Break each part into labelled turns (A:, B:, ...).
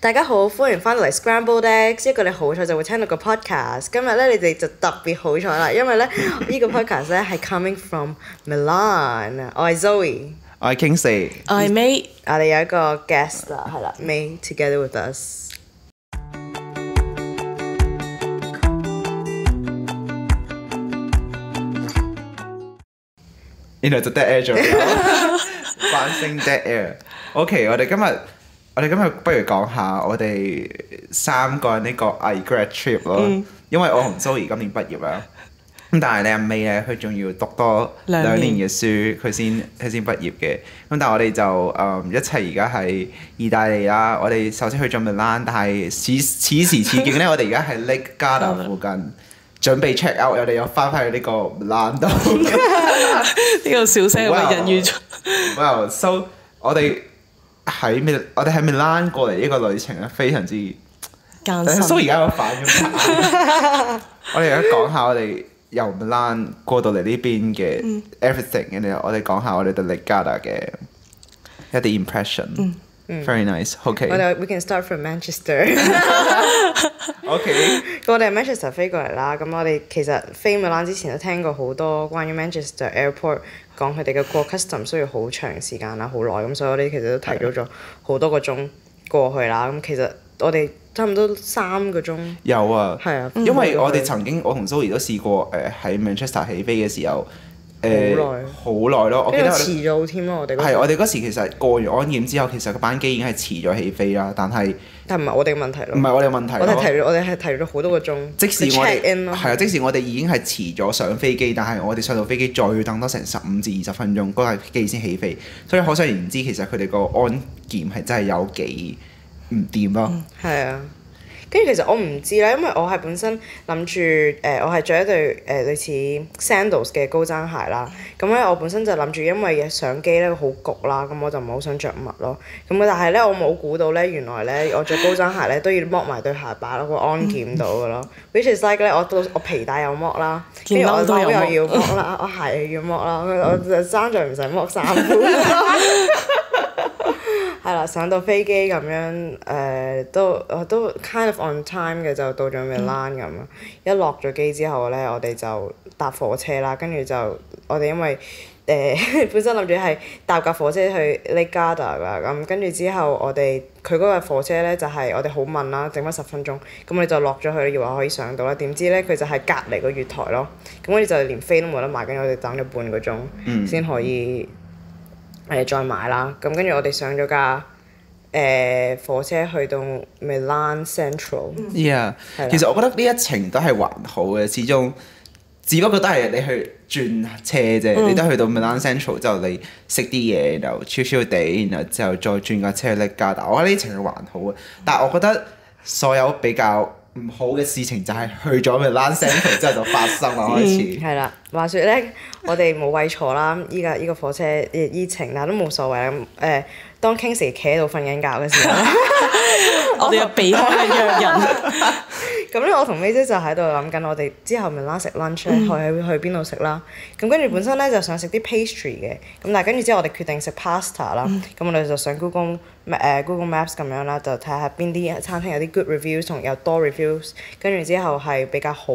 A: 大家好，歡迎翻到嚟 Scrambled Eggs，一個你好彩就會聽到個 podcast。今日咧，你哋就特別好彩啦，因為咧呢個 podcast 咧係 coming from Milan。我係 Zoe，
B: 我係 Kingsley，
C: I May
A: 我哋有一個 guest 啦，係啦，May together with us。
B: 然後就 dead air 咗，反聲 dead air。OK，我哋今日我哋今日不如講下我哋三個人呢個偽 grad trip 咯，
C: 嗯
B: 因為我同 Zoe 今年畢業啦。咁但係你阿 May 咧，佢仲要讀多
C: 兩
B: 兩
C: 年
B: 年嘅書，佢先佢先畢業嘅。咁但係我哋就誒、嗯一齊而家喺意大利啦。我哋首先去咗 Milan，但係此此時此景咧，我哋而家喺 Lake Garda 附
C: 嗯
B: 近準備 check out，我哋又翻返去呢個 Milan 度。
C: 呢個小聲
B: 哇
C: 嘅人語咗，
B: 哇，so 我哋喺米，我哋喺米蘭過嚟呢個旅程咧，非常之
C: 艱 辛。
B: ，so 而家有反應。我哋而家講下我哋由米蘭過到嚟呢邊嘅 everything，跟住我哋講下我哋對 Lake Garda 嘅一啲 impression。Very nice。OK，
A: 嗯我哋 we can start from Manchester。
B: OK，
A: 我哋係 Manchester 飛過嚟啦，咁我哋其實飛米蘭之前都聽過好多關於 Manchester Airport 講佢哋嘅過 custom 需要好長時間啊啦，好耐咁，所以我哋其實都提早咗好多個鐘過去啦。咁其實我哋差唔多三個鐘，
B: 有啊。
A: 係啊，
B: 因為我哋
A: 好
B: 曾經我同 Zoe 都試過誒喺 Manchester 起飛嘅時候，
A: 好耐
B: 好耐咯。我記
A: 跟
B: 得
A: 住
B: 我哋
A: 遲到添咯，我哋嗰
B: 係，啊
A: 時
B: 我哋嗰時其實過完安檢之後，其實個班機已經係遲咗起飛啦，但係
A: 但唔係我哋嘅問題
B: 唔
A: 咯，
B: 係我哋問題
A: 嗯我哋提
B: 咯。
A: 咗我哋係提咗好多個鐘，
B: 即使我
A: check
B: 哋
A: in 咯，
B: 係啊，即使我哋已經係遲咗上飛機，但係我哋上到飛機再要等多成十五至二十分鐘，嗰架機先起飛，所以可想而知，其實佢哋個安檢係真係有幾唔掂咯。
A: 係啊，跟住其實我唔知啦，因為我係本身諗住誒，我係着一對誒、呃、類似 sandals 嘅高踭鞋啦。咁咧我本身就諗住，因為相機咧好焗啦，咁我就唔係好想着襪咯。咁但係咧，我冇估到咧，原來咧我着高踭鞋咧都要剝埋對鞋擺落個安檢度嘅咯。which is like 咧，我到我皮帶又剝啦，跟
C: 件
A: 住我
C: 褸嗯都
A: 褸
C: 有剝
A: 又要剝啦，我鞋又要剝啦，我就爭在唔使剝衫 褲。 係啦，上到飛機咁樣，誒、都我都 kind of on time 嘅，就到咗 Milan 咁啊。一落咗機之後咧，我哋就搭火車啦，跟住就我哋因為誒、 本身諗住係搭架火車去 Lake Garda 啦，咁跟住之後我哋佢嗰架火車咧就係、我哋好慢啦，整翻十分鐘，咁我哋就落咗去，以為可以上到啦，點知咧佢就係隔離個月台咯，咁我哋就連飛都冇得買，跟住我哋等咗半個鐘先可以。誒、再買啦。咁跟住我哋上咗架誒、火車去到 Milan Central，
B: Yeah，
A: 係啦
B: 其實我覺得呢一程都係還好嘅，始終只不過都係你去轉車啫，
A: 嗯
B: 你都去到 Milan Central 之後，你食啲嘢，然後 chill chill 地，然後之後再轉架車去 Lake Garda。我覺得呢程係還好嘅，但係我覺得所有比較唔好嘅事情就係去咗 Milan Central 之後就發生啦，開始。
A: 嗯係啦。話說咧，我哋冇位坐啦，依架依個火車依依程，但都冇所謂啦。誒、當 King Sir 企喺度瞓緊覺嘅時候咧，
C: 我哋又避開係約人，
A: 咁咧我同 May 姐就喺度諗緊，我哋之後 Milan 食 lunch
C: 嗯
A: 咧，去去去邊度食啦？咁跟住本身咧就想食啲 pastry 嘅，咁但係跟住之後我哋決定食 pasta 啦。
C: 嗯
A: 咁我哋就上 Google 誒、Google Maps 咁樣啦，就睇下邊啲餐廳有啲 good reviews 同有多 reviews，跟住之後係比較好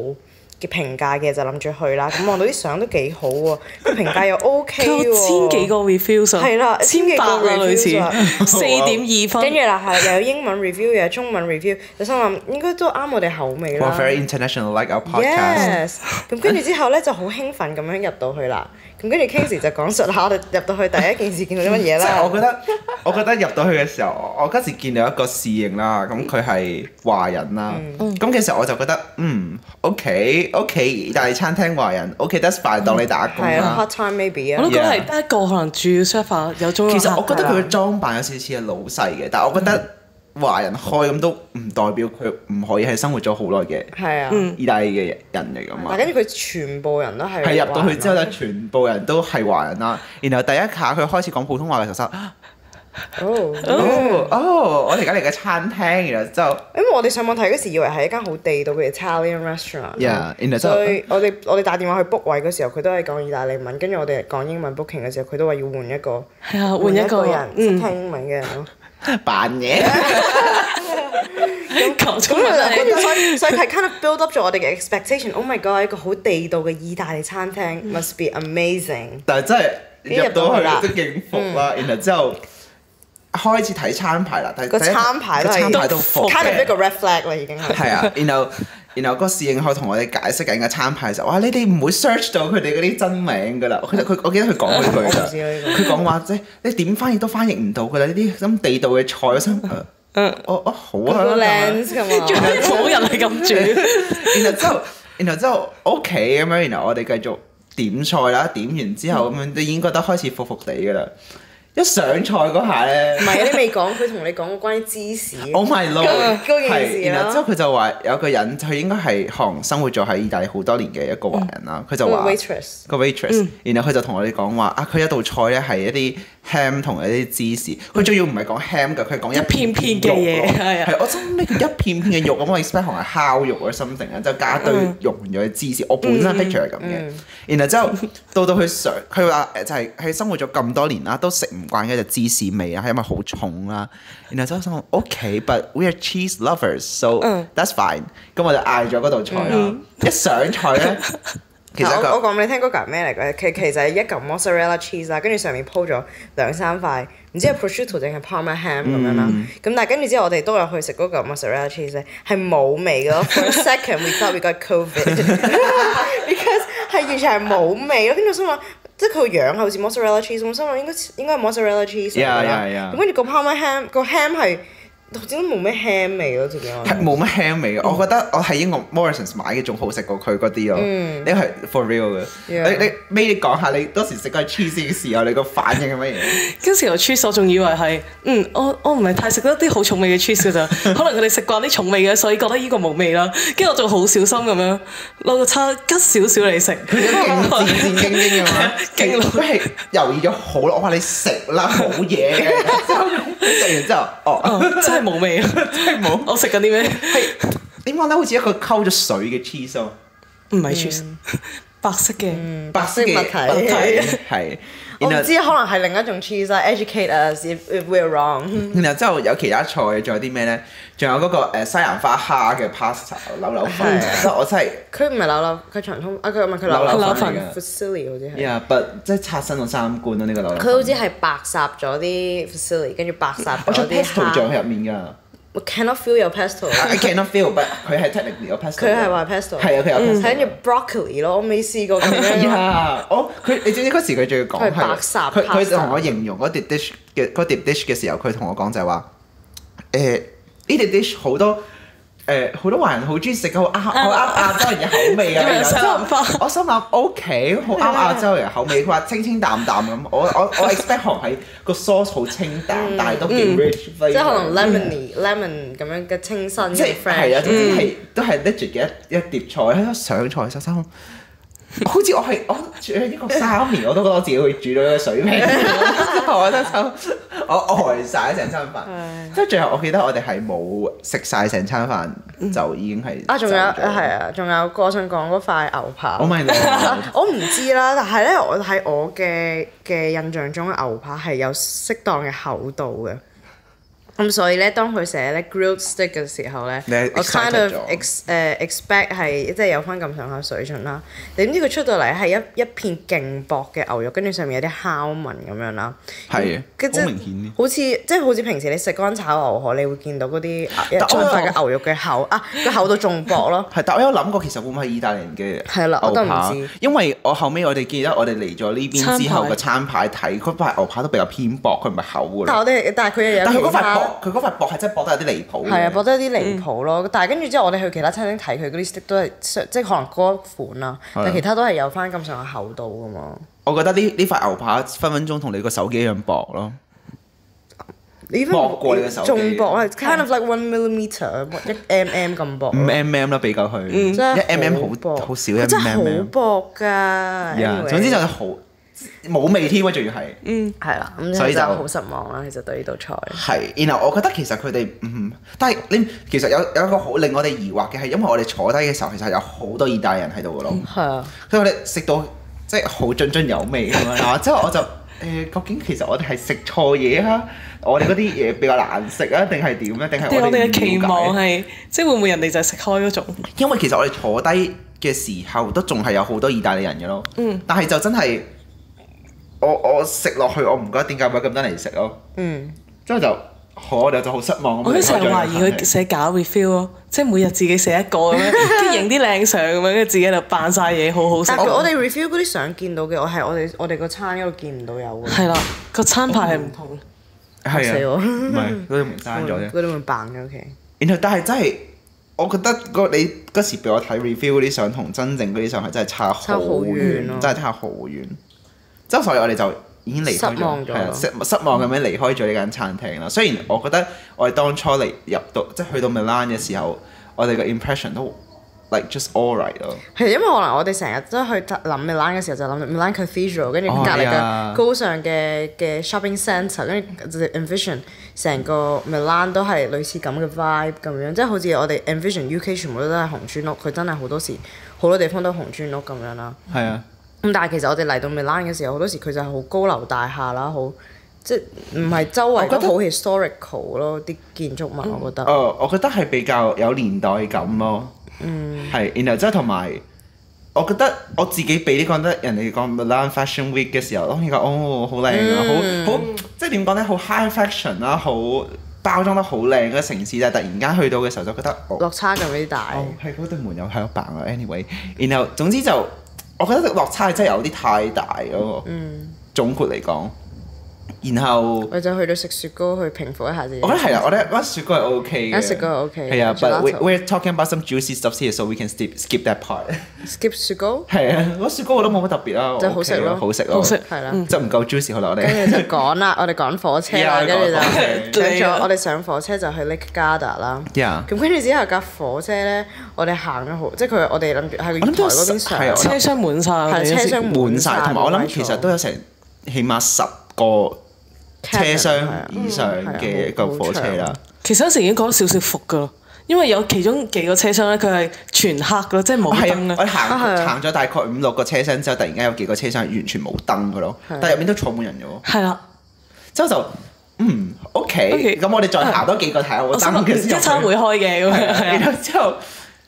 A: 嘅評價嘅就諗住去啦。咁望到啲相都幾好喎，個評 價又 OK
C: 佢有
A: 喎，
C: 千幾個 refuse 啊，
A: 係啦千幾
C: 千
A: 個
C: 八啊類
A: refuse 啊
C: 似，四點二
A: 跟
C: 分
A: 住。啦係又有英文 review 又有中文 review，就心諗應該都啱我哋口味啦。
B: 哇，very international like our podcast。
A: Yes，咁跟住之後咧就好興奮咁樣入到去啦。咁跟住 Kings 就講述下我哋入到去第一件事見到啲乜嘢
B: 即係
A: 啦。
B: 我覺得， 我覺得入到去嘅時候，我我嗰時見到一個侍應啦，咁佢係華人啦，
A: 嗯
B: 咁其實我就覺得，嗯，OK OK，意大利餐廳華人，OK，that's fine，當你打工
A: 係啊
B: 啦。
A: ，part time maybe
C: 我
A: 啊
C: 都。覺得
B: Yeah
C: 係得一個可能住 server 有中
B: 其
C: 有
B: 實我覺得
A: 係啊
B: 佢嘅裝扮有少少似係老細嘅，但係我覺得華人開咁都唔代表佢唔可以係生活咗好耐嘅
A: 係啊，
B: 意大利嘅人嚟㗎嘛
A: 但。跟住佢全部人都係啊
B: 係入到去之後
A: 華
B: 咧，全部人都係華人啦。然後第一下佢開始講普通話嘅時候就，
A: 嗯
B: 啊
A: 人啊，哦，
B: 哦哦，我哋而家嚟嘅餐廳，然後之後。
A: 因為我哋上網睇嗰時以為係一間好地道嘅 Italian
B: Yeah，然後
A: restaurant，啊
B: 之後
A: 所以我哋我哋打電話去 book 位嗰時候，佢都係講意大利文，跟住我哋講英文 booking 嘅時候，佢都話要換一個
C: 係啊，換一個人，
A: 人識
C: 嗯，
A: 聽英文嘅人咯。
B: 扮嘢。
C: 講
A: 咁
C: 中文
A: 啊跟
C: 係
A: 住所以所以係 kind of build up 咗我哋嘅 expectation。Oh my god！一個好地道嘅意大利餐廳 must be amazing。
B: 但係真係入
A: 入到去啦嗯
B: 到去都勁服啦，然後之後開始睇餐牌啦，但係
A: 個
B: 第一
A: 餐牌
B: 個
A: 都係
B: 餐牌都服
A: kind of 一
B: 嘅
A: 個 red flag 啦，已經係。
B: 係啊，然後然後嗰個侍應開同我哋解釋緊嘅餐牌就話：你哋唔會 search 到佢哋嗰啲真名㗎啦。佢佢我記得佢講嗰句
A: 我唔知啊呢
B: 㗎，佢講話即係你點翻譯都翻譯唔到㗎啦。呢啲咁地道嘅菜，我心
A: 嗯
B: 呃我我好啊。
A: 個
B: 咁樣
A: lens 咁啊嘛。
C: 冇人係咁煮，
B: 然後之後， 然後之後 OK 咁樣，然後我哋繼續點菜啦，點完之
A: 嗯
B: 後咁樣都已經覺得開始服服地㗎啦。一上菜嗰下咧
A: 唔。係啊，你未講，佢同你講過關於芝 士。
B: Oh my lord！
A: 嗰嗰件事
B: 係，然後之
A: 咯
B: 後佢就話有個人，佢應該係可能生活咗喺意大利好多年嘅一個華人啦，佢就話
A: waitress。
B: 個 waitress，然後
C: 嗯
B: 佢就同我哋講話啊，佢一道菜咧係一啲 ham 同一啲芝士，佢仲要唔係講 ham 㗎，佢係講一
C: 片片嘅
B: 肉
C: 嘢
B: 咯
C: 係啊
B: 係我心呢叫一片片嘅肉，咁我 expect 可能係烤肉或者 something 啦，就加堆
C: 嗯
B: 溶咗嘅芝士，我本身 picture 係咁嘅，然後之後到到佢上，佢話誒就係佢生活咗咁多年啦，都食唔慣嘅就芝士味啊啦，係因為好重啦，然後之後心諗 OK，but we are cheese lovers，so
C: 嗯
B: that's fine，咁我就嗌咗嗰道菜啦，一上菜 咧，其實
A: 嗱
B: 一
A: 我我
B: 個
A: 講俾你聽嗰嚿係咩嚟嘅？其其實係一嚿 mozzarella cheese 啦，跟住上面鋪咗兩三塊，唔知係 prosciutto 定係 parma ham 咁樣啦。咁但係跟住之後，我哋都有去食嗰嚿 mozzarella cheese 咧，係冇味 嘅咯。For a second we thought we got covid because 係完全係冇味咯。跟住我心諗，即係佢個樣係好似 mozzarella cheese，我心諗應該應該係 mozzarella cheese 嚟㗎
B: Yeah, yeah,
A: 啦。
B: yeah.
A: 咁跟住個 parma ham 個 ham 係好似都冇咩 ham 味咯，點
B: 係嗯
A: 樣？
B: 冇乜 ham 味嘅，我覺得我喺英國 Morrisons 買嘅仲好食過佢嗰啲咯，呢個係 for real 嘅。
A: Yeah
B: 你你 May 你講下你當時食嗰個 cheese 嘅時候，你個反應係乜嘢？
C: 跟住我 cheese 我仲以為係，嗯，我我唔係太食得啲好重味嘅 cheese 㗎咋，可能佢哋食慣啲重味嘅，所以覺得呢個冇味啦。跟住我仲好小心咁樣攞個叉吉少少嚟食，
B: 勁戰戰兢兢咁 嘛，
C: 勁
B: 佢係猶豫咗好耐，我話你食啦，冇嘢嘅。之後你食完之後，哦，
C: 哦真係冇味啊！
B: 真係冇。
C: 我食緊啲咩？
B: 係點講咧？好似一個溝咗水嘅 cheese 咯，
C: 唔係 cheese，白色嘅。
B: 白色嘅
A: 白色物體
B: 係。
A: 我唔
B: 然後
A: 知，可能係另一種 cheese 啦。Educate us if if we're wrong。
B: 然後之後有其他菜，仲有啲咩咧？仲有嗰個誒西蘭花蝦嘅 pasta 扭扭粉，即係我真係
A: 佢唔係扭扭，佢長通啊！佢唔係佢扭
B: 扭
A: 扭
B: 扭
A: 粉
B: 粉
A: 嚟㗎 facility 好似係。
B: 呀不即係刷新我三觀咯呢個扭扭
A: 佢好
B: 粉。
A: 似係白烚咗啲 facility，跟住白烚
B: 我仲
A: 咗啲
B: pesto 醬
A: 蝦。
B: 喺入面㗎。
A: 我 cannot feel your pesto。
B: I cannot feel，but 佢係 technically 有 pesto 㗎。
A: 佢係話 pesto。嗯
B: 係啊，佢有啊
A: 係
B: pesto 㗎。
A: 跟住 broccoli 咯，我未試過咁樣啊咯。
B: 呀！我哦佢你知唔知嗰時佢仲要講啊
A: 佢白烚
B: 佢佢
A: pasta
B: 同我形容嗰碟 dish 嘅嗰碟 dish 嘅時候，佢同我講就係話誒呢碟 dish 好多誒好多華人好中意食嘅，好啱啊
A: 啊
B: 好啱亞洲人嘅口味啊！
C: 因為
B: 然後之後
C: 西蘭花
B: 我心諗 OK，好
A: 啊
B: 啱亞洲人口味。佢話清清淡淡咁，我我我 expect 韓係個 sauce 好清淡，但係都幾 rich flavour
A: 嗯即係可能 lemony lemon 咁樣嘅清新
B: 即係
A: 嘅 friend。嗯
B: 係啊，總之係都係 legit 嘅一一碟菜喺度上菜 首先，好似我係我煮咗英國三年，我都覺得我自己會煮到呢個水 平， 我覺得就我呆晒成餐飯，即係最後我記得我哋係冇食晒成餐飯就已經係
A: 啊，仲有
B: 走咗
A: 係啊，仲有我想講嗰塊牛扒。
B: ，Oh my god！
A: 我唔知啦，但係咧，我喺我嘅嘅印象中，牛扒係有適當嘅厚度嘅。咁所以咧，當佢寫咧 grilled stick 嘅時候咧
B: 你係，
A: 我 kind
B: excited
A: of
B: 咗
A: ex 誒、expect 係即係有翻咁上下水準啦。點知佢出到嚟係一一片勁薄嘅牛肉，跟住上面有啲烤紋咁樣啦。
B: 係啊
A: 跟住
B: 好明顯嘅
A: 好似即係好似平時你食乾炒牛河，你會見到嗰啲一
B: 但我
A: 塊嘅牛肉嘅厚啊，個厚度仲薄 咯。
B: 係，但我有諗過其實會唔會係意大利人嘅
A: 係啦我都唔
B: 牛扒
A: 知
B: 因為我後尾我哋記得我哋嚟咗呢邊之後
C: 餐牌
B: 個餐牌睇嗰塊牛扒都比較偏薄，佢唔係厚㗎啦
A: 但係我哋但係佢又有
B: 但佢嗰
A: 其
B: 塊
A: 他。
B: 薄，佢嗰塊薄係真係薄得有啲離譜嘅。
A: 係啊，覺得有啲離譜咯。
B: 嗯
A: 但係跟住之後，我哋去其他餐廳睇佢嗰啲 stick 都係相即係可能嗰一款啦，
B: 係啊
A: 但其他都係有翻咁上下厚度噶嘛。
B: 我覺得呢呢塊牛扒分分鐘同你個手機一樣薄咯。
A: 你
B: 薄過你嘅手機
A: 仲薄啊，kind of like one millimeter 一 mm 咁薄
B: 五，mm 啦，比較佢，一
A: 嗯真係
B: mm
A: 薄
B: 好好少一
A: 佢真係好
B: mm。
A: 薄㗎。
B: Yeah，
A: anyway
B: 總之就係好冇味添啊，仲要係
A: 係啦，咁所
B: 所
A: 以
B: 以
A: 就
B: 就
A: 好失望啦。其實對呢道菜，
B: 係。然後我覺得其實佢哋嗯，但係你其實有有一個好令我哋疑惑嘅係，因為我哋坐低嘅時候其實有好多意大利人喺度嘅咯，
A: 係啊，
B: 所以我哋食到即係好津津有味咁樣啦。之後我就誒究竟其實我哋係食錯嘢啊？我哋嗰啲嘢比較難食啊，定係點咧？定係
C: 即係我哋嘅期
B: 唔了解
C: 望啊係，即係會唔會人哋就係食開嗰種？
B: 因為其實我哋坐低嘅時候都仲係有好多意大利人嘅咯，
C: 嗯
B: 但係就真係我我食落去，我唔覺得點解會有咁多人嚟食咯，
A: 嗯，
B: 之後就我哋就好失望咁樣
C: 我都成日懷
B: 離開咗呢
C: 疑
B: 個餐
C: 佢
B: 廳
C: 寫假 review 咯，即係每日自己寫一個咁樣，跟住影啲靚相咁樣，跟住自己喺度扮晒嘢，好好食哦
A: 但。係佢我哋 review 嗰啲相見到嘅，我係我哋我哋個餐嗰度見唔到有嘅，
C: 係啦，個餐牌係唔同。
A: 嚇死
B: 係
A: 我
B: 啊，唔係嗰啲門閂咗啫
A: 嗰。啲會扮嘅，OK。
B: 然後但係真係，我覺得個你嗰時俾我睇 review 嗰啲相同真正嗰啲相係真係差好
A: 差好遠咯
B: 真係差好遠。之後所以我哋就已經離開
A: 失望咗
B: 係啊失失望咁樣離開咗呢間餐廳啦。雖然我覺得我哋當初嚟入到即係去到 Milan 嘅時候，我哋個 impression 都 like just alright 咯。
A: 係因為可能我哋成日都去諗 Milan 嘅時候就諗到 Milan Cathedral，跟住
B: 哦
A: 隔離
B: 係啊
A: 嘅高尚嘅嘅 shopping centre，跟住就 envision 成個 Milan 都係類似咁嘅 vibe 咁樣，即係好似我哋 envision UK 全部都係紅磚屋，佢真係好多時好多地方都係紅磚屋咁樣啦。
B: 係啊，
A: 咁但係其實我哋嚟到 Milan 嘅時候，好多時佢就係好高樓大廈啦，好即係唔係周圍
B: 我覺
A: 都
B: 得
A: 好 historical 咯啲建築物，我覺得。
B: 哦，我覺得係比較有年代感咯。嗯，係。然後之後同埋，我覺得我自己俾啲講得人哋講 Milan Fashion Week 嘅時候，我應該哦好靚啊，好好即係點講咧，好 high fashion 啦，好包裝得好靚嘅城市，但係突然間去到嘅時候就覺得哦
A: 落差咁啲大，
B: 哦，係嗰對門又喺度扮啦。Anyway，然後總之就我覺得落差真係有啲太大咯。嗯，總括嚟講，然後。
A: 我就去到食雪糕去平復一下自己
B: 我。覺得係啊，我覺得嗰雪糕係 OK 嘅，
A: 啊雪糕係 OK 嘅
B: 係啊，but we
A: gelato
B: we're talking about some juicy stuff here, so we can skip skip that part。
A: skip 雪糕。
B: 係啊，嗰雪糕我都冇乜特別啦，
A: 就
B: 我
A: 好食
B: OK
A: 咯
B: 啊好食咯，
C: 好食
A: 係啦
B: 就唔夠 juicy 可能我哋
A: 跟住就趕啦，我哋趕火車啦，
B: Yeah，
A: 跟住就
B: 趕火
C: 車
A: 上咗，我
B: 啊
A: 哋上火車就去 Lake Garda 啦。
B: ，yeah，
A: 咁跟住之後架火車咧，我哋行咗好，即係佢我哋諗住喺個月
B: 我諗
A: 台
B: 都有
A: 嗰邊
B: 十係啊
A: 上，
C: 車廂滿晒，我哋
A: 哦係
C: 嗰時
A: 車廂
B: 滿晒，同埋我諗
A: 滿晒
B: 其實都有成起碼十個車
A: Cabin，係
B: 廂
A: 啊
B: 以上嘅一個火車啦。
C: 其實嗰時已經覺得少少服㗎咯，因為有其中幾個車廂咧，佢係全黑㗎咯，即係冇
B: 係
C: 燈
B: 啊，我
C: 啊。
B: 行
A: 啊係啊
B: 行咗大概五六個車廂之後，突然間有幾個車廂係完全冇燈嘅咯，但係入面都坐滿人嘅喎。
C: 係啦，
B: 之後就嗯 OK，
C: OK，啊
B: 咁我哋再行多幾個睇下我
C: 我心
B: 燈嘅
C: 諗
B: 時候
C: 一餐會開嘅咁樣，係
B: 然
C: 啊。
B: 後之後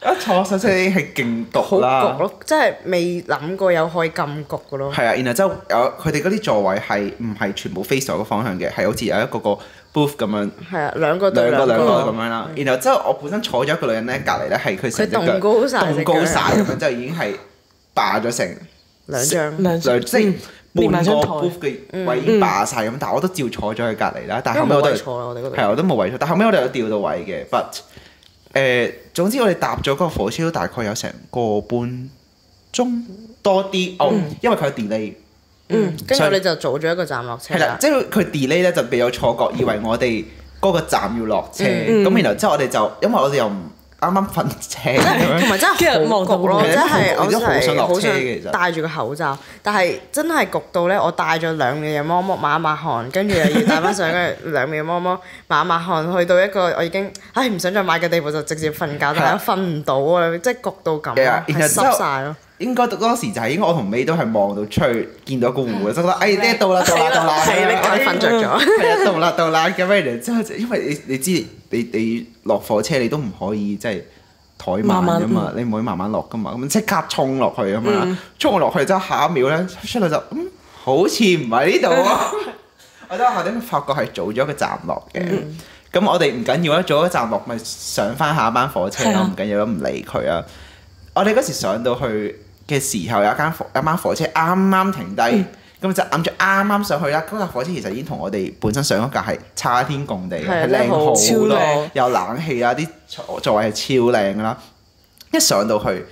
B: 一坐上車已經係勁
A: 好
B: 毒
A: 焗
B: 啦，
A: 咯，即係未諗過有可以咁焗嘅咯。
B: 係啊，然後之後有佢哋嗰啲座位係唔係全部 face 咗個方向嘅，係好似有一個個 booth 咁樣。
A: 係啊，兩個對
B: 兩個兩個咁
A: 個，
B: 樣啦，然後之後我本身坐咗一個女人咧，隔離咧係佢成隻腳
A: 佢戙高晒隻
B: 戙高
A: 腳
B: 晒咁樣，之後已 經係霸咗成
A: 嗯兩張。
C: 兩
B: 兩即
C: 嗯
B: 係半
C: 連埋
B: 個
C: 張台
B: booth 嘅位已經霸晒咁，但係我都照坐咗佢隔離啦。但係後
A: 嗯因
B: 尾
A: 為冇
B: 我都
A: 位
B: 係
A: 坐啦，我哋嗰度。
B: 係我都冇位坐，但後尾我哋有調到位嘅，but 誒、總之我哋搭咗嗰個火車都大概有成個半鐘多啲哦，因為佢有 delay
A: 嗯，跟住
B: 所以
A: 我哋就早咗一個站落車
B: 係啦
A: 啦，。
B: 即係佢 delay 咧就俾我錯覺，以為我哋嗰個站要落車，咁、然後之後我哋就因為我哋又唔啱啱瞓醒 咁樣
A: 同埋真係好焗咯，真
C: 跟
B: 住望
A: 係
B: 到
A: 我真
B: 我都
A: 係
B: 好
A: 好
B: 想落車嘅其實
A: 想戴住個口罩，但係真係焗到咧，我戴咗兩秒嘅摸摸抹一抹汗，跟住又要戴翻上，跟住兩秒摸摸抹一抹汗，去到一個我已經唉唔想再買嘅地步，就直接瞓覺，但係我瞓唔到啊，即係焗到咁
B: 係啊
A: 啊，
B: 然後
A: 係
B: 之後
A: 濕晒咯。
B: 應該嗰時就係應該我同 May 都係望到出去見到個湖，就覺得哎呢到啦到啦到
A: 嗯
B: 啦，
A: 係啊你
B: 哎
A: 解瞓着咗，
B: 係啊，到啦到啦咁樣，然之後就因為你你知你你落火車你都唔可以即係怠慢噶嘛，
A: 嗯
B: 你唔可以慢慢落噶嘛，咁即刻衝落去啊嘛，衝落去之後下一秒咧出嚟就嗯好似唔喺呢度啊，我都後屘發覺係早咗個站落嘅。
C: 嗯
B: 咁我哋唔緊要啦，早咗個站落咪上翻下一班火車
C: 係
B: 咯
C: 啊，
B: 唔緊要啦，唔理佢啊。我哋嗰時上到去嘅時候，有一間火有一班火車啱啱停低，
C: 嗯
B: 咁、就揞住啱啱上去啦。嗰架火車其實已經同我哋本身上嗰架係差天共地嘅，
A: 係
C: 啊
B: 係靚好
A: 好
C: 超
B: 多
C: 靚，
B: 有冷氣啊，啲座座位係超靚㗎啦。一上到去，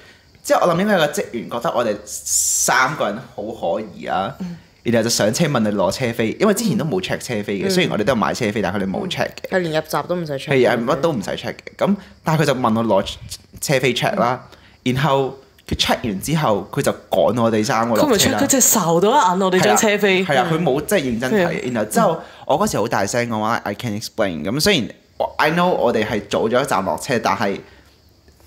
B: 之後我諗應該有個職員覺得我哋三個人好可疑啊。
C: 嗯
B: 然後就上車問你攞車飛，因為之前都冇 check 車飛嘅，
C: 嗯
B: 雖然我哋都有買車飛，但係佢哋冇 check 嘅。
A: 係連入閘都唔使出。
B: 係啊，乜都唔使 check 嘅。咁但係佢就問我攞車飛 check 啦，然後佢 check 完之後，佢就趕我哋三個
C: 佢咪
B: 落
C: 出
B: 車啦
C: 佢。隻睄到一眼我哋張車飛，
B: 係啊，佢冇即係認真睇。然後之後，我嗰時好大聲講話，I can explain。咁雖然我 I know 我哋係早咗一站落車，但係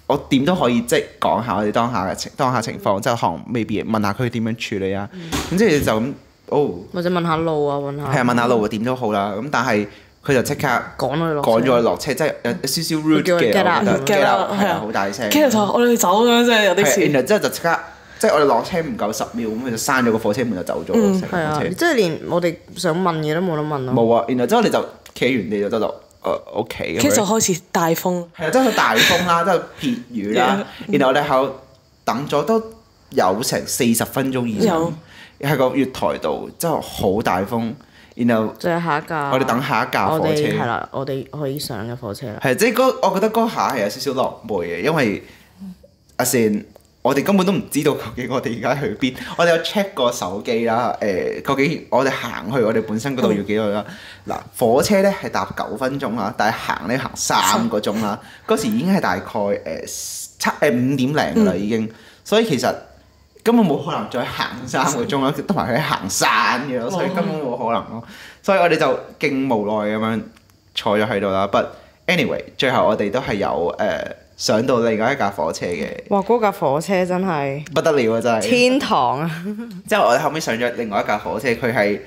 B: 我點都可以即係講下我哋當下嘅情當下情況，即係可能未必問下佢點樣處理啊。咁即係就咁哦，
A: 或者問下路啊，問下
B: 係啊，問下路啊點都好啦。咁但係佢就即刻
A: 趕到你落車
B: 趕咗佢落車，即係有少少 rude
A: 叫
B: 嘅，我覺
A: 佢 get
B: 得
A: up
C: 咁樣
B: get up，
C: 係啊
B: 係啊，好大聲。
C: 跟住就話我哋去走咁樣，真係有
B: 係，
C: 啲
B: 啊然
C: 似。
B: 後之後就即刻，即係我哋落車唔夠十秒，咁佢就閂咗個火車門就走咗成
A: 係
B: 架
A: 啊，
B: 車
A: 即。係連我哋想問嘅都冇得問咯。
B: 冇啊，然後之後你就企原地就得落，誒 OK 咁
C: 跟住就
B: 樣。
C: 開始大風，
B: 係啊，即係佢大風啦，即係撇雨 啦，然後我哋喺度等咗都有成四十分鐘以上
C: 有，
B: 喺個月台度，真係好大風，然後
A: 就係下一架。
B: 我哋等下一架
A: 啊我
B: 火
A: 哋
B: 車。
A: 係啦，我哋可以上嘅火車啦。
B: 係即係嗰，我覺得嗰下係有少少落寞嘅，因為阿善，我哋根本都唔知道究竟我哋而家去邊。 我哋有 check 過手機啦，誒、究竟我哋行去我哋本身嗰度要幾耐啦？嗱、火車咧係搭九分鐘啦，但係行咧行三個鐘啦。嗰時已經係大概誒七誒五點零啦，已經，所以其實。根本冇可能再行三個鐘啦，同埋佢行山嘅咯，所以根本冇可能咯。所以我哋就勁無奈咁樣坐咗喺度啦。But anyway，最後我哋都係有誒、呃上到另外一架火車嘅，
A: 哇！嗰架火車真係
B: 不得了啊！真係。
A: 天堂啊！
B: 之後我哋後尾上咗另外一架火車，佢係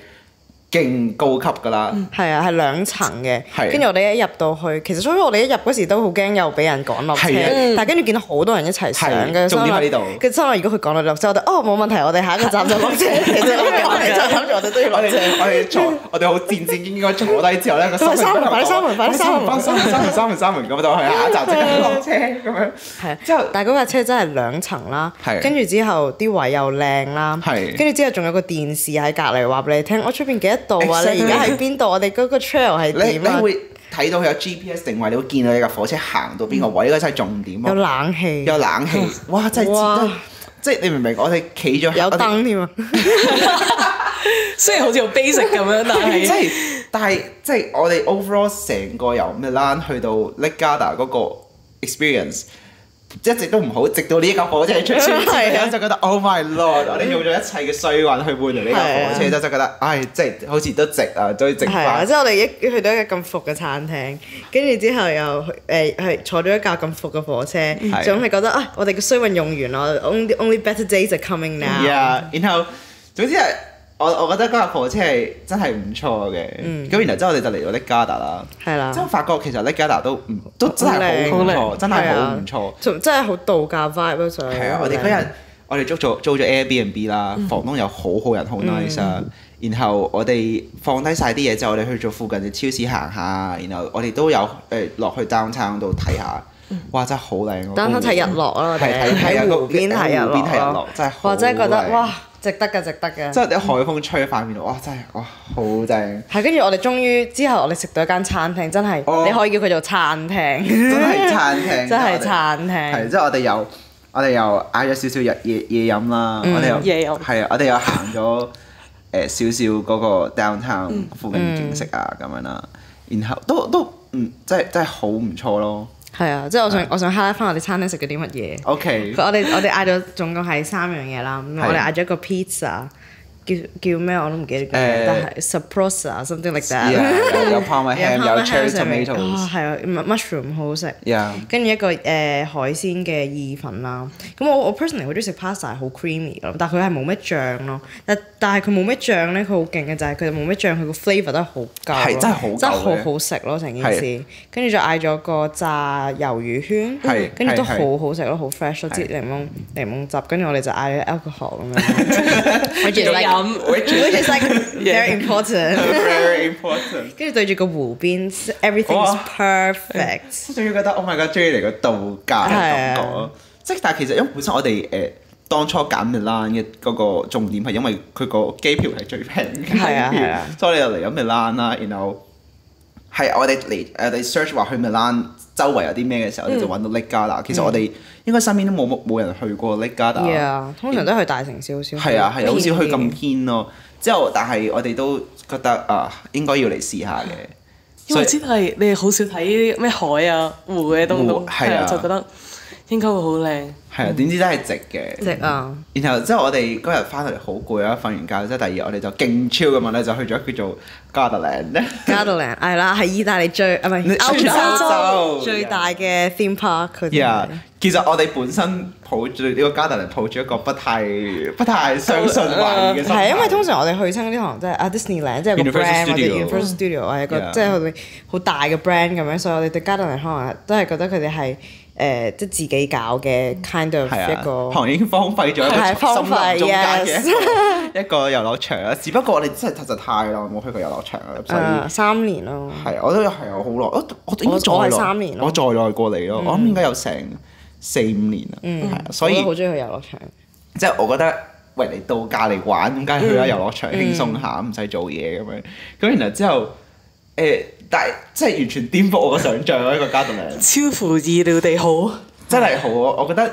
B: 勁高級噶啦，
A: 係啊，係兩層嘅
B: 係啊。
A: 跟住我哋一入到去，其實初初我哋一入嗰時都好驚又俾人趕落車
B: 係啊，
A: 但係跟住見到好多人一齊上嘅，
B: 係重點喺呢度
A: 跟住心諗如果佢趕到落車，我哋哦冇問題，我哋下一個站就落車。其實我哋我哋就諗住 我哋都要
B: 我
A: 落
B: 哋
A: 車。
B: 我哋坐，我哋好戰戰兢兢咁坐低之後咧，個心
A: 快閂門快閂門快閂門
B: 閂門閂門閂門閂門咁就去下
A: 嗯
B: 一站即刻落車咁樣。
A: 係啊，
B: 之後
A: 但係嗰架車真係兩層啦
B: 係，
A: 跟住之後啲位又靚啦，
B: 係
A: 跟住之後仲有個電視喺隔離話俾你聽，我出邊幾多度啊？你
B: Exactly
A: 而家喺邊度？我哋嗰個 trail 係
B: 你
A: 點
B: 你
A: 啊？
B: 會睇到佢有 GPS 定位，你會見到你架火車行到邊個位，呢個真係重點
A: 有
B: 啊！
A: 冷氣，
B: 有冷氣，哇！真係
A: 哇
B: 真係即係你明唔明？我哋企咗
A: 有
B: 我哋
A: 燈添啊！
C: 雖然好似好 basic 咁樣， 但
B: 即
C: 係
B: 係，但係即係我哋 overall 成個由 Milan 去到 Lake Garda 嗰個 experience 一直都唔好，直到呢一架火車出現，
A: 係啊
B: 我就覺得 Oh my Lord！我哋用咗一切嘅衰運去換嚟呢架
A: 係
B: 火車，
A: 啊
B: 之後就覺得唉，即係好似都值啊，都值
A: 係啊，
B: 翻
A: 即。係我哋一去到一個咁服嘅餐廳，跟住之後又去誒係坐咗一架咁服嘅火車，
B: 啊
A: 總係覺得啊，我哋嘅衰運用完啦，only only better days are coming now。
B: Yeah，然後總之係我我覺得嗰架火車係真係唔錯嘅。
A: 嗯
B: 咁然後之後我哋就嚟到 Lake Garda 啦，
A: 係啦
B: 之，後發覺其實 Lake Garda 都唔都真係好
C: 好
B: 唔
C: 靚好
B: 錯，
C: 靚
B: 真係
A: 係
B: 好
A: 啊
B: 唔錯。
A: 仲真係好度假 vibe 咯，上
B: 係啊，我哋嗰日我哋租咗租咗 Airbnb 啦，
A: 嗯
B: 房東又好好人，好 nice 啊。然後我哋放低晒啲嘢之後，我哋去咗附近嘅超市行下，然後我哋都有誒落去 downtown 度睇下，哇！真係好靚啊！
A: 等嗯下睇日落啦，我哋
B: 係睇睇
A: 喺
B: 日
A: 湖邊睇日
B: 喺湖邊睇日
A: 落
B: 落
A: 咯，
B: 真係好
A: 哇！真係覺得
B: 靚
A: 哇，值得嘅，值得嘅。
B: 即係啲海風吹塊面度，哇！真係哇，好正，
A: 係跟住我哋終於之後，我哋食到一間餐廳，真係
B: 哦
A: 你可以叫佢做餐廳，
B: 真係餐廳，
A: 嗯真係
B: 即係
A: 餐
B: 我哋係
A: 廳。
B: 即係我哋又我哋又嗌咗少少日夜夜飲啦，我哋又
C: 嗯夜飲
B: 係啊，我哋又行咗誒少少嗰個 downtown
C: 嗯
B: 附近景色啊咁樣啦，然後都都嗯，真係真係好唔錯咯。
A: 係啊，即係我想我想 highlight 翻我哋餐廳食咗啲乜嘢。
B: OK，
A: 佢我哋我哋嗌咗總共係三樣嘢啦，咁
B: 係
A: 我哋嗌咗一個 pizza，叫叫咩我都唔記得叫
B: 誒
A: 咩，但係 surprise something like that。
B: Yeah，有有 parma ham，
A: 有 parma
B: 有 cherry
A: ham 上面
B: tomatoes
A: 啊係啊，mu-，mushroom 好好食。
B: 呀，
A: 跟住一個誒、呃海鮮嘅意粉啦，咁我我 personally 好中意食 pasta 係好 creamy 咯，但係佢係冇咩醬咯，但但係佢冇咩醬咧，佢好勁嘅就係佢冇咩醬，佢個 flavour 都係好夠咯，
B: 係真係好夠嘅
A: 真係好好食咯成件事
B: 係。
A: 跟住就嗌咗個炸魷魚
B: 係
A: 圈，跟住都
B: 係
A: 好好食咯，好 fresh 咯，
B: 係
A: 啲檸檬檸檬汁，跟住我哋就嗌咗 alcohol 咁樣。 我
C: 仲飲
A: Which is like very important。
B: very important。
A: 跟住對住個湖邊，everything
B: 哇
A: is perfect。
B: 即係仲要覺得 Oh my God，終於嚟個度假嘅感覺咯。即係但係其實因為本身我哋誒、呃、當初揀 Milan 嘅嗰個重點係因為佢個機票係最平嘅，
A: 係啊係啊
B: 所以我哋嚟咗 Milan 啦，然後係我哋嚟誒呃我哋 search 話去 Milan 周圍有啲咩嘅時候，我哋就揾到 Lake Garda。其實我哋應該身邊都冇冇冇人去過 Lake Garda。
A: Yeah，通常都係去大城市好少。
B: 係啊，係啊，好少去咁
A: 偏
B: 偏咯。之後，但係我哋都覺得啊，應該要嚟試下嘅。
C: 因
B: 所
C: 為
B: 以
C: 知道係你哋好少睇咩海啊、湖嘅東
B: 湖
C: 東，
B: 係
C: 係
B: 啊
C: 啊，就覺得應該會好靚。
B: 係啊，點知真係值嘅。
A: 僻值嗯啊！
B: 啊然後之後我哋嗰日翻到嚟好攰啦，瞓完覺之後第二日我哋就勁超咁樣咧，就去咗叫做加特蘭 咧。
A: Gardaland 係啦，係意大利最啊唔係
B: 你
A: 歐
B: 歐
A: 洲
B: 洲
A: 最大嘅 theme park 嗰啲
B: Yeah，
A: 嚟。
B: 其實我哋本身抱住呢個加特蘭，抱住一個不太不太相信懷疑嘅心 態
A: 係因為通常我哋去親嗰啲可能即係啊 Disneyland 即係個 brand
B: Universal
A: 或者
B: Studio 嗯
A: Universal Studio 係一個
B: Yeah
A: 即係佢哋好大嘅 brand 咁樣，所以我哋對 Gardaland 可能都係覺得佢哋係誒即係自己搞嘅 kind of
B: 係
A: 一
B: 啊，
A: 個
B: 行已經荒廢咗一個
A: 係啊荒
B: 森林
A: 廢
B: 中間
A: yes
B: 嘅一個遊樂場啦。只不過我哋真係實在太耐冇去過遊樂場啦，所
A: 誒
B: 以
A: 啊三年咯。
B: 係我都係我好耐，我我應該再
A: 我我係
B: 耐
A: 三年咯嗯
B: 我再耐過你咯，我諗應該有成四五年啦，係啊，所
A: 我
B: 以
A: 都好中意去遊樂場。
B: 即係我覺得，喂，你度假嚟玩，咁梗係去下遊樂場
A: 嗯
B: 輕鬆下，唔使做嘢咁樣。咁然後之後，誒、但係即係完全顛覆我嘅想像咯，呢個加特 蘭
C: 超乎意料地好。
B: 真係好，啊我覺得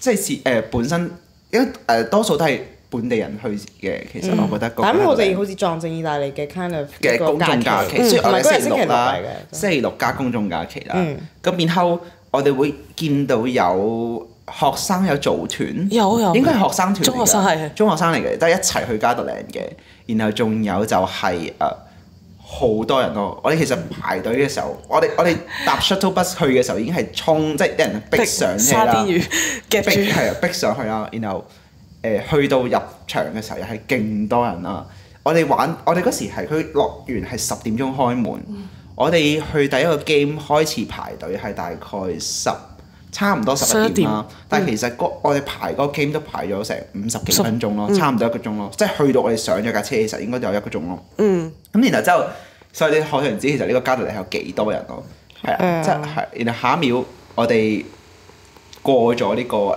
B: 即係是誒、本身，因為誒、多數都係本地人去嘅，其實我覺得個
A: 但因為嗯我
B: 加特
A: 哋
B: 蘭
A: 好似撞正意大利嘅 kind of
B: 嘅
A: 一個
B: 公眾假期，
A: 嗯
B: 雖然
A: 唔
B: 我
A: 係
B: 哋
A: 嗰日
B: 星期
A: 星期
B: 六
A: 六
B: 啦
A: 嚟嘅，
B: 星期六加公眾假期啦
A: 嗯，
B: 咁然後我哋會見到有學生有組團，
C: 有有
B: 應該係學生團嚟㗎，
C: 中學生係
B: 中學生嚟嘅，都係一齊去加特蘭嘅，然後仲有就係誒。呃好多人咯！我哋其實排隊嘅時候，我哋我哋搭 shuttle bus 去嘅時候已經係衝，即係啲人逼上車
C: 沙
B: 啦。
C: 甸魚夾
B: 逼
C: 住，
B: 係啊，逼上去啦。然後誒、去到入場嘅時候又係勁多人啦。我哋玩，我哋嗰時係佢樂園係十點鐘開門，我哋去第一個 game 開始排隊係大概十。差唔多十一點啦，但係其實嗰我哋排嗰個 game 都排咗成五十嗯幾分鐘咯，差唔多一個鐘咯，即係去到我哋上咗架車，其實應該就有一個鐘咯。
C: 嗯，
B: 咁然後之後，所以你可想而知，其實呢個加特蘭係有幾多人咯，係
A: 係
B: 啊，
A: 啊
B: 即係然後下一秒我哋過咗呢、個誒誒、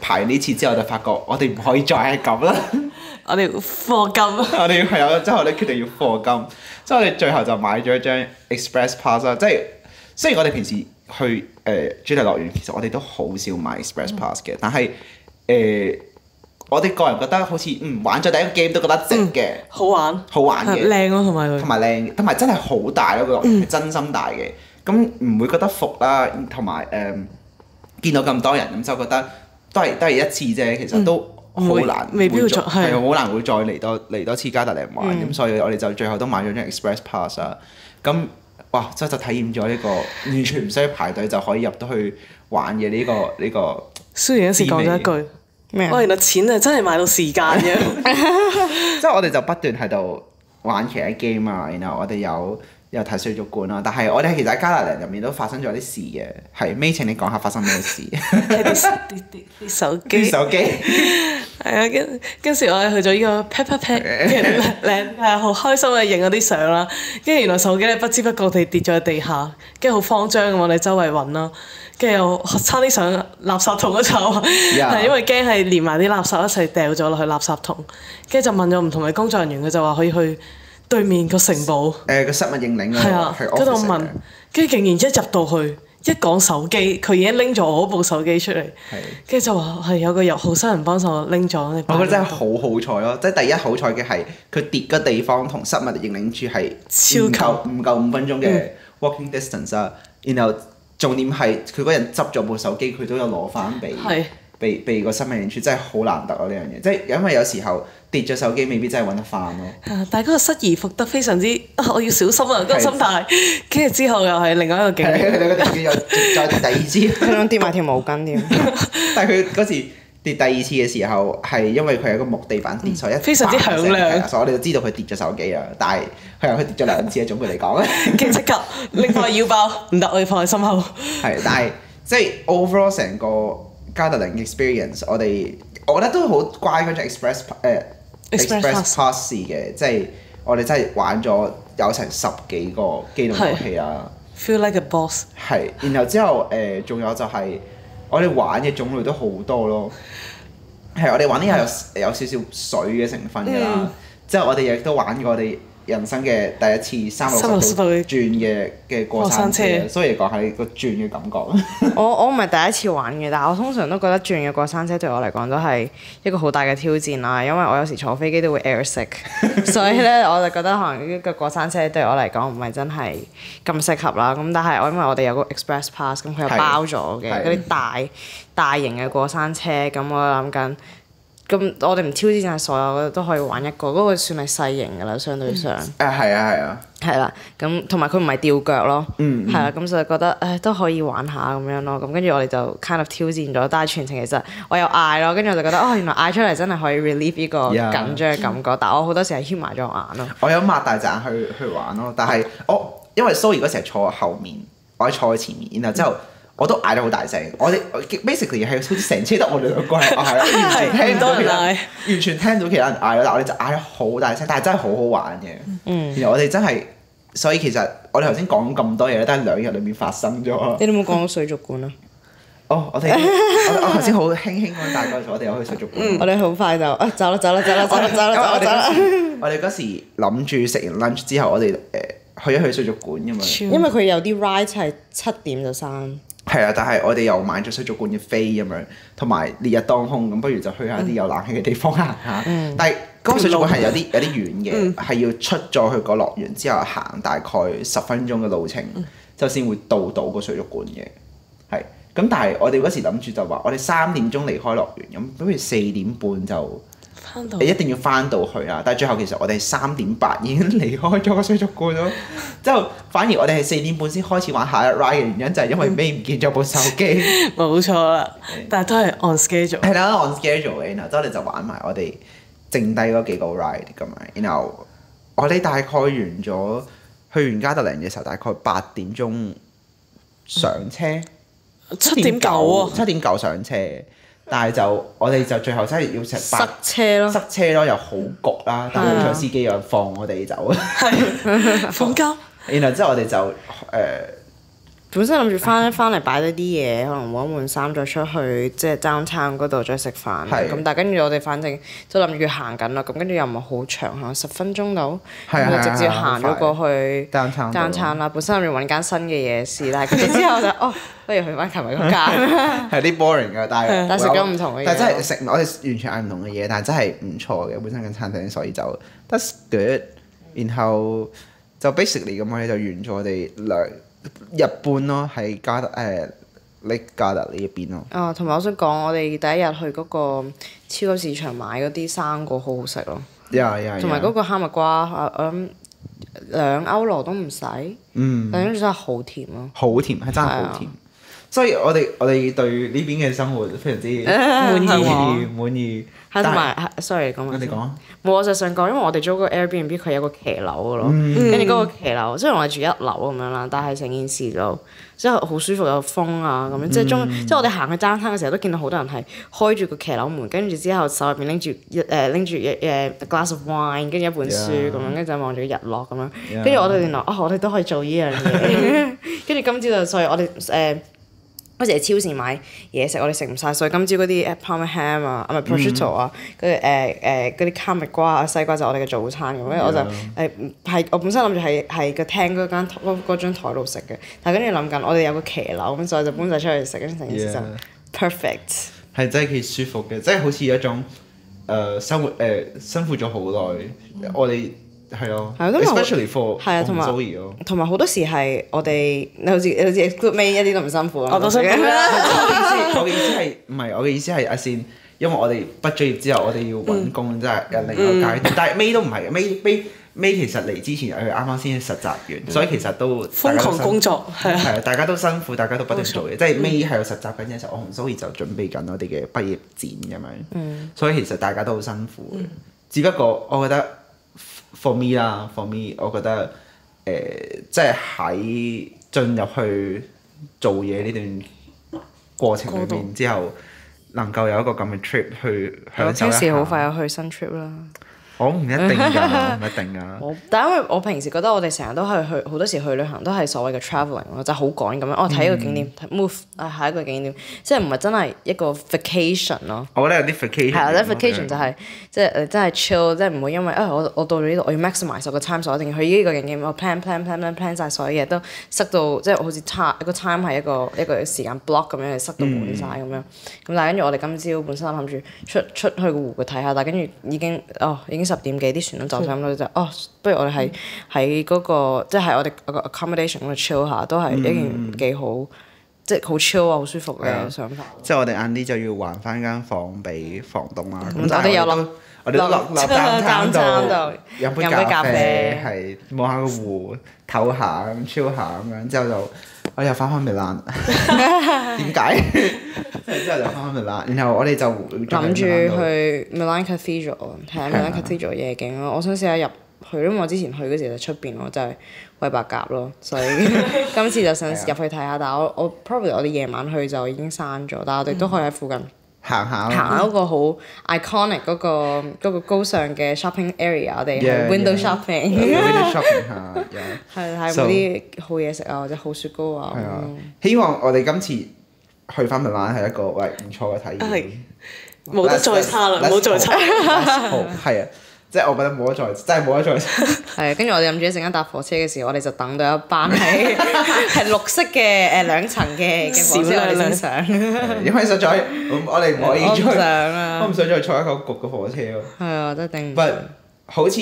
B: 排呢次之後，就發覺我哋唔可以再係咁啦，
C: 我哋課金
B: 我哋係有之後我哋決定要課金，之後我哋最後就買咗一張 express pass 啦，即係雖然我哋平時去誒、呃主題樂園，其實我哋都好少買 express pass 嘅，但係誒、我哋個人覺得好似嗯玩咗第一個 game 都覺得值嘅，
C: 好玩，
B: 好玩 嘅。
C: 靚咯，同埋佢
B: 同。埋靚，同埋真係好大咯，個樂園係真心大嘅，咁唔會覺得服啦，同埋誒見到咁多人咁就覺得都係都係一次啫，其實都
C: 嗯
B: 好難
C: 未未必
B: 會
C: 會
B: 再
C: 再係
B: 係好難會再嚟多嚟多次加特蘭玩，咁所以我哋就最後都買咗張 express pass 啊，咁哇真係就體驗咗呢個完全唔需要排隊就可以入到去玩嘅呢個呢個。
C: 雖然有時講咗一句，
A: 咩
C: 哇！
A: 啊？
C: 原來錢啊真係買到時間嘅，
B: 即係我哋就不斷喺度玩其他 game 啊，然後我哋有有睇水族館啊啦、但係我哋其實喺加拿大入面都發生咗啲事嘅，係 May 請你講下發生咩事？
C: 係啲啲啲啲手
B: 啲
C: 機。
B: 手機
C: 係啊，跟跟住我哋去咗呢個 Pet Pet Pet 嘅靚係好開心嘅啊影嗰啲相啦。跟住原來手機咧不知不覺地跌咗喺地下，跟住好慌張咁我哋周圍揾啦。跟住又差啲上垃圾桶嗰度，係
B: Yeah
C: 因為驚係連埋啲垃圾一齊掉咗落去垃圾桶。跟住就問咗唔同嘅工作人員，佢就話可以去對面個城堡。
B: 誒個失物認領
C: 係啊
B: 嗰，個係
C: 嗰度
B: office 嚟
C: 問
B: 嘅，
C: 跟住竟然一入到去，一講手機，佢已經拎咗我嗰部手機出嚟
B: 係，
C: 跟住就話係有個入號新人幫手拎咗，你
B: 我覺得真係
C: 擺
B: 好好彩咯！即係第一好彩嘅係佢跌嘅地方同失物認領處係唔夠
C: 超嗯
B: 唔夠五分鐘嘅 walking distance 啊，然後重點係佢嗰人執咗部手機，佢都有攞翻俾。
C: 喺度係
B: 被被個生命影處真係好難得啊！呢樣嘢，即係因為有時候跌咗手機，未必真係揾得翻咯。
C: 啊但係嗰個失而復得非常之， 啊我要小心啊嗰個
B: 係
C: 心態，跟住之後又 係另外一個
B: 係
C: 景，
B: 佢哋嗰啲又再跌第二 次，
A: 佢想跌埋條毛巾添，
B: 但係佢嗰時跌第二次嘅時候，係因為佢係個木地板跌咗一，
C: 嗯非常之響亮
B: 係啊所以我哋就知道佢跌咗手機啦。啊但係佢話佢跌咗兩次啊，總括嚟 講咧，
C: 跟住即刻拎翻腰包，唔得我要放喺心口，
B: 係但係即係 overall 成個加特 g experience，我哋我覺得都好乖嗰隻 express 誒
C: Express
B: express
C: pass
B: pass 嘅，即係我哋真係玩咗有成十幾個機動遊戲啊。
C: feel like a boss。
B: 係，然後之後誒，仲、有就係我哋玩嘅種類都好多咯。係，我哋玩啲有有少少水嘅成分㗎啦。之後我哋亦都玩過我哋人生嘅第一次三六十度
C: 360度
B: 轉嘅嘅過山
C: 過山
B: 車，啊
C: 車
B: 所以嚟講係個轉嘅感 覺。
A: 我我唔係第一次玩嘅，但係我通常都覺得轉嘅過山車對我嚟講都係一個好大嘅挑戰啦，因為我有時坐飛機都會 air sick，所以咧我就覺得可能呢個過山車對我嚟講唔係真係咁適合啦。咁但係我因為我哋有個 express pass，咁佢又
B: 係
A: 包咗嘅
B: 係
A: 嗰啲大大型嘅過山車，咁我諗緊。咁我哋唔挑戰晒所有嘅都可以玩一個，嗰、個算係細型㗎啦，相對上
B: 啊係啊係啊，
A: 係啦。咁同埋佢唔係吊腳咯，
B: 嗯
A: 係啦。咁所以覺得誒都可以玩下咁樣咯。咁跟住我哋就 kind of 挑戰咗，但係全程其實我有嗌咯，跟住我就覺得哦，原來嗌出嚟真係可以 relieve 呢個
B: Yeah
A: 緊張嘅感覺。但我好多時係瞇埋咗眼咯。
B: 我有擘大隻眼去去玩咯，但係我因為 Zoe 嗰時係坐我後面，我係坐佢前面，然後之後。我都嗌得好大聲，我哋我 basically 係好似成車得我哋兩個係嗌，完全聽唔到其他人完全聽到其
C: 係唔多人嗌
B: 他人嗌咯，但我哋就嗌得好大聲，但係真係好好玩嘅。然後我哋真係，所以其實我哋頭先講咁多嘢都係兩日裏面發生咗。
A: 你哋有冇講到水族 館啊？
B: 哦，我哋我我頭先好輕輕咁大概咗，我哋有去水族館。
A: 我哋好快就啊走啦走啦走啦走啦走啦走啦走啦，
B: 我哋嗰時諗住食完 lunch 之後，我哋誒、去一去水族館咁樣。
A: 因為佢有啲 ride 係七點就閂。
B: 係啊，但係我哋又買咗水族館嘅飛咁樣，同埋烈日當空咁，不如就去下啲有冷氣嘅地方行下。但係嗰個水族館係有啲有啲遠嘅，係、要出咗去個樂園之後行大概十分鐘嘅路程，就先會到到個水族館嘅。係咁，但係我哋嗰時諗住就話，我哋三點鐘離開樂園，咁不如四點半就。
C: 翻到
B: 你一定要翻到去啊啦。但係最後其實我哋三點八已經離開咗個水族館 咯。之後反而我哋係四點半先開始玩下一 ride 嘅原因就係因為尾唔見咗部手 機，
C: 冇錯啦，但係都係 on schedule。
B: 係啦 on schedule 嘅。然後之後我哋就玩埋我哋剩低嗰幾個 ride 咁樣。然後我哋大概完咗去完加特蘭嘅時候，大概八點鐘上車。
C: 七點九啊，
B: 七點九上車，但係就我哋就最後真係要成
A: 塞
B: 八
A: 車咯，啊
B: 塞車咯，又好焗啦，但係好彩司機又放我哋走，
C: 放假
B: 然後之後我哋就誒、呃
A: 本身諗住翻翻嚟擺咗啲嘢，可能換一換衫再出去，即係 downtown 嗰度再食飯。啊
B: 係
A: 咁但係跟住我哋反正都諗住行緊啦，咁跟住又唔係好長，行十分鐘到，
B: 係
A: 咁
B: 啊
A: 就直接
B: 係啊係啊
A: 行咗過去
B: downtown 度
A: downtown 啦。本身諗住揾間新嘅夜市，但係跟住之 後就哦，不如去翻琴日嗰間。
B: 係啲 boring 嘅，但係
A: 但係食咗唔同嘅嘢
B: 但係真係食我哋完全嗌唔同嘅嘢，但係真係唔錯嘅本身間餐廳，所以就 that's good。然後就 basically 咁，我哋就完咗我哋兩日半咯，喺加特誒 Lake 加特呢一邊咯。
A: 啊，同埋我想講，我哋第一日去嗰個超級市場買嗰啲生果好好食咯，
B: 呀呀，
A: 同埋
B: yeah
A: 嗰個哈密瓜，啊我諗兩歐羅都唔使，
B: 嗯
A: 但係跟住真係好甜啊咯。
B: 好甜，係真係
A: 啊
B: 好甜。所以我哋我哋對呢邊嘅生活非常 之滿
A: 係嘛
B: 滿意。
A: 係同
B: 但係
A: 埋係，sorry 講埋
B: 你
A: 先。
B: 講啊。
A: 冇，我就想講，因為我哋租嗰個 Airbnb 佢有個騎樓嘅咯，
B: 嗯
A: 跟住嗰個騎樓，雖然我哋住一樓咁樣啦，但係成件事就即係好舒服，有風啊
B: 嗯
A: 咁樣，即係中即係我哋行去 downtown 嘅時候都見到好多人係開住個騎樓門，跟住之後手入邊拎住一誒拎住一誒 a glass of wine，跟住一本書
B: Yeah
A: 咁樣，跟住就望住日落咁樣，
B: Yeah
A: 跟住我哋原來哦，我哋都可以做呢樣嘢， 跟住今朝就所以我哋誒。嗰時喺超市買嘢食，我哋食唔晒，所以今朝嗰啲誒 parma ham 啊，啊唔
B: 嗯
A: 係 prosciutto 啊，嗰啲誒誒嗰啲哈密瓜啊、西瓜就係我哋嘅早餐咁，跟住我就誒
B: Yeah
A: 嗯係我本身諗住係係個廳嗰間嗰嗰張台度食嘅，但係跟住諗緊我哋有個騎樓咁，所以就搬晒出去食，跟住成件事
B: Yeah
A: 就 perfect。
B: 係真係幾舒服嘅，即係好似一種誒、呃生活誒、呃辛苦咗好耐，我哋係咯
A: 嗯係啊都冇
B: ，especially for
A: 係啊同埋
B: z o e 咯，
A: 同埋好多時係我哋你好似你好似 exclude me 一啲都唔辛苦啊
C: 哦我都 想講啦
B: 我嘅意思係唔係我嘅意思係阿善，因為我哋畢咗業之後，我哋要揾工，真係有另一個階
C: 嗯
B: 段。但係 May 都唔係嘅，May May May 其實嚟之前佢啱啱先實習完，所以其實都大家
C: 瘋
B: 都
C: 狂
B: 辛
C: 工作係啊，
B: 係啊，大家都辛苦，大家都不斷做嘢。即係 May 喺度實習緊嘅時候，我同 Zoe 就準備緊我哋嘅畢業展咁樣。
C: 嗯
B: 所以其實大家都好辛苦嘅。只不過我覺得 for me 啦，for me，我覺得誒、呃即係喺進入去做嘢呢段過程裏
C: 過
B: 面之後，能夠有一個咁嘅 trip 去 享受
A: 超
B: 一
A: 市
B: 下。
A: 好快又去新 trip 啦。
B: 我唔一定 㗎，唔一定㗎。
A: 我但因為我平時覺得我哋成日都係去好多時去旅行都係所謂嘅 travelling 咯，就好趕咁樣。哦，睇一個景點、睇 move 啊，下一個景點，即係唔係真係一個 vacation 咯。
B: 我覺得有啲 vacation
A: 係啊
B: 咁樣
A: ，vacation 就係即係呃誒真係 chill，即係唔會因為啊我我到咗呢度，我要 maximize 我個 time，所以我一定要去呢個景點，我 plan plan plan plan plan 曬所有嘢都塞到即係好似 time 一個 time 係一個一個時間 block 咁樣，塞到滿晒
B: 嗯
A: 咁樣。咁但係跟住我哋今朝本身諗住出出去個湖嘅睇下，但係跟住已經哦已經十點幾，啲船都走
B: 嗯
A: 晒咁多就哦，不如我哋喺喺嗰個即係喺我哋個 accommodation 嗰度 chill 下，都係一件幾好即係好 chill 啊，好舒服嘅
B: 嗯啊
A: 想法。
B: 即係我哋晏啲就要還翻間房俾房東啦。咁
A: 嗯
B: 但係
A: 我哋有
B: 都
A: 落
B: 我哋都 落
A: 落
B: 落單攤
A: downtown
B: 度
A: 度
B: 飲杯
A: 飲杯
B: 咖
A: 咖
B: 啡
A: 啡，
B: 係望下個湖，唞下咁 chill 下咁樣，之後就我又翻返米 蘭。點解？之後就翻返米蘭，然後我哋就
A: 諗
B: 諗
A: 住去 Milan Cathedral 睇下
B: 啊
A: Milan Cathedral 夜景咯。我想試下入去，因為我之前去嗰時就出邊咯，就係餵白鴿咯，所以 今次就想
B: 啊
A: 入去睇下。但係我我 probably 我哋夜晚去就已經閂咗，但係我
B: 嗯
A: 哋都可以喺附近
B: 行下啦。
A: 行嗰個好 iconic 嗰個嗰個高尚嘅 shopping area，我哋係
B: Yeah,
A: window
B: yeah.
A: shopping，
B: 去 shopping 下。yeah
A: 係睇下
B: So-
A: 有冇啲好嘢食啊，或者好雪糕啊咁
B: 係啊
A: 樣。，
B: 希望我哋今次去翻米蘭係一個喂唔錯嘅體驗
C: 係。冇得再差啦，冇再差。
B: 差。係啊，即係我覺得冇得再，真係冇得再差。
A: 係，跟住我哋諗住一陣間搭火車嘅時候，我哋就等到一班係 係綠色嘅誒兩層嘅嘅火車，
C: 少
A: 我
C: 量
A: 哋
C: 量
A: 先上。
B: 因為實在我我哋唔可
A: 我唔
B: 以
A: 想
B: 再，我
A: 啊
B: 唔！想再坐一個焗嘅火車咯。
A: 係啊，真係頂唔
B: 不
A: 順。
B: 好似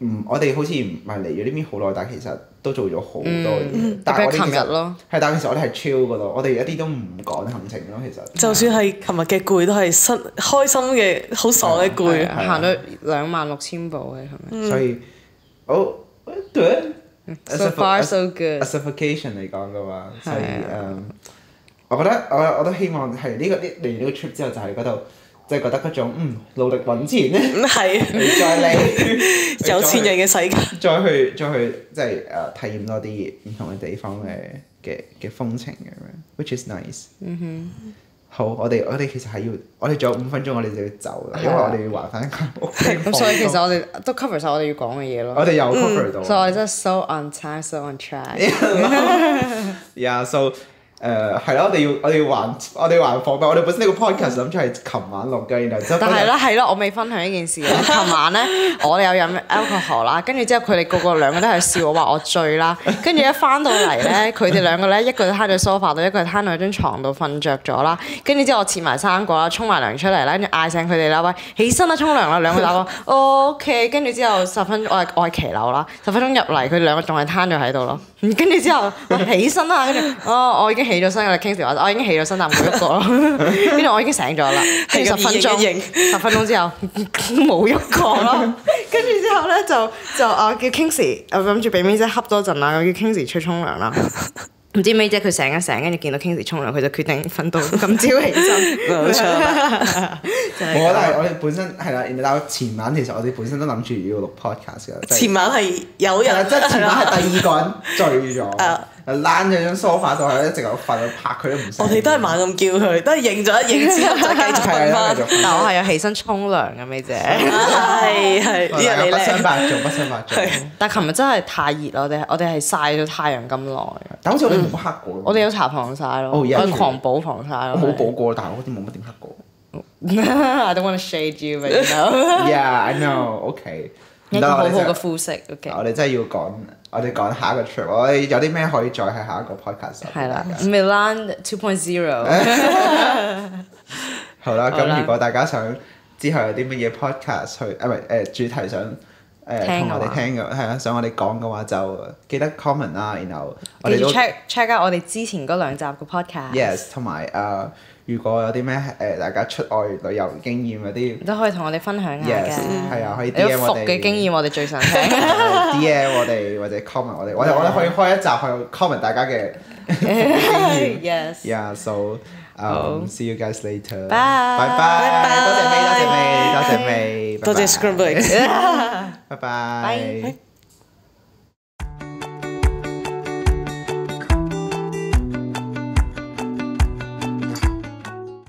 B: 唔，我哋好似唔係嚟咗呢邊好耐，但係其實都做咗好多嘢。
A: 特
B: 但係
A: 別
B: 我哋
A: 係
B: 其
A: 嗯琴日
B: 實
A: 咯，
B: 係，但係其實我哋係 chill 嗰度，我哋一啲都唔趕行程咯。其實
C: 就算係琴日嘅攰，都係失開心嘅，好傻嘅
B: 係
C: 攰
B: 啊。
A: 行到兩萬六千步嘅琴日。
B: 所以我對
A: So far so good。
B: s u f f o c a t i o n 嚟講嘅話，所以誒嗯
A: 係啊
B: 我覺得我我都希望係呢、個呢嚟呢個 trip 之後就係嗰度，即係覺得嗰種嗯努力揾 錢咧，
C: 咁係
B: 你再嚟，
C: 有錢人嘅世界。
B: 你再去再去即係誒體驗多啲唔同嘅地方嘅嘅嘅風情咁樣，which is nice。嗯哼。好，我哋我哋其實係要，我哋仲有五分鐘，我哋就要走啦，因為我哋要還翻間屋企
A: 咁所以其
B: 房
A: 實我嗯哋都 cover 晒我哋要講嘅嘢
B: 東我
A: 咯。
B: 哋又 cover 到。
A: 所以我哋真係 so on time, so on track。
B: Yeah, so 誒係啦，我哋要我哋要還我哋還房費，我哋本身呢個 podcast 諗住係琴晚錄嘅，然後之後
A: 但係咧，係咯，我未分享呢件事啊。琴晚咧，我哋有飲 alcohol 啦，跟住之後佢哋個個兩個都係笑我話我醉啦，跟住一翻到嚟咧，佢哋兩個咧，一個就攤喺 sofa 度，一個就攤喺張床度瞓着咗啦。跟住之後我切埋生果啦，沖埋涼出嚟啦，跟住嗌醒佢哋啦，喂，起身啦，沖涼啦，兩個打我 OK，跟住之後十分我係我係騎樓啦，十分鐘入嚟，佢哋兩個仲係攤咗喺度咯。嗯跟住之後我起身啦，跟住哦，我已經起咗身啦，Kingsley 話我已經起咗身，但冇喐過咯。 跟住我已經醒咗啦，跟住
C: 係咁
A: 十分鐘
C: 一型一型。
A: 十分鐘之後 冇喐過咯，跟住之後咧就就啊叫 Kingsley，我諗住俾 May 姐恰多陣啦，咁叫 Kingsley 出去沖涼 啦。唔知 May 姐佢醒一醒，跟住見到 Kingsley 沖涼，佢就決定瞓到 今朝起身。
C: 冇錯，
A: 就
B: 我覺得
A: 係
B: 係我哋本身係啦，然後但係前晚其實我哋本身都諗住要錄 podcast 嘅，即係
C: 前晚係有
B: 係啦啊
C: 人
B: 即係前晚係第二個人醉咗
C: 啊，
B: 躝咗張 sofa 度係一直喺度瞓，拍佢都唔醒。
C: 我哋都係猛咁叫佢，都係應咗一應之後就繼續
B: 係
C: 瞓
B: 啦，
C: 翻
B: 繼。續瞓
A: 但我係有起身沖涼嘅 May 姐，
C: 係係呢
B: 大
C: 個
B: 家
C: 你
B: 啊不相
C: 叻，
B: 伯仲，不相伯仲。
A: 但琴日真係太熱啦，我哋我哋係曬咗太陽咁耐，
B: 但好似我哋冇黑過。
A: 我哋有搽防曬咯，
B: 哦
A: 我
B: 有
A: 哋狂補防曬
B: 我
A: 咯。
B: 冇補過，但係我好似冇乜點黑過。
A: I don't want to shade you, but you know，
B: Yeah, I know. OK，
A: 一個
B: 唔得啊
A: 好
B: 啦
A: 好
B: 我哋真
A: 嘅
B: 係
A: 膚色，OK。
B: 我哋真係要講，我哋講下一個 trip，我哋有啲咩可以再喺下一個 podcast 度
A: 係啦
B: 講㗎
A: ，Milan Two Point Zero，
B: 好
A: 好啦
B: 啦，咁如果大家想之後有啲乜嘢 podcast 去，啊唔係誒主題想誒
A: 聽
B: 同
A: 嘅
B: 我哋
A: 話
B: 聽嘅，係啊，想我哋講嘅話就記得 comment 啦，然後我
A: 記
B: 哋
A: 住
B: 都
A: check check out 我哋之前嗰兩集嘅 podcast，
B: yes，同埋誒如果有啲咩誒大家出外旅遊經驗嗰 啲
A: 都可以同我哋分享下
B: yes
A: 嘅。
B: 係啊，可以
A: 你有
B: DM
A: 服
B: 我哋
A: 嘅經驗，我哋最想 聽。
B: DM 呃我哋或者 comment 我哋，我哋我哋可以開一集去 comment 大家 嘅經驗。
A: Yes，
B: Yeah, so um, see you guys later.
A: Oh. Bye.
B: Bye bye. 多謝 May，多謝 May，多謝 May。
C: 多謝 Scramble。
B: 拜拜。
A: Bye.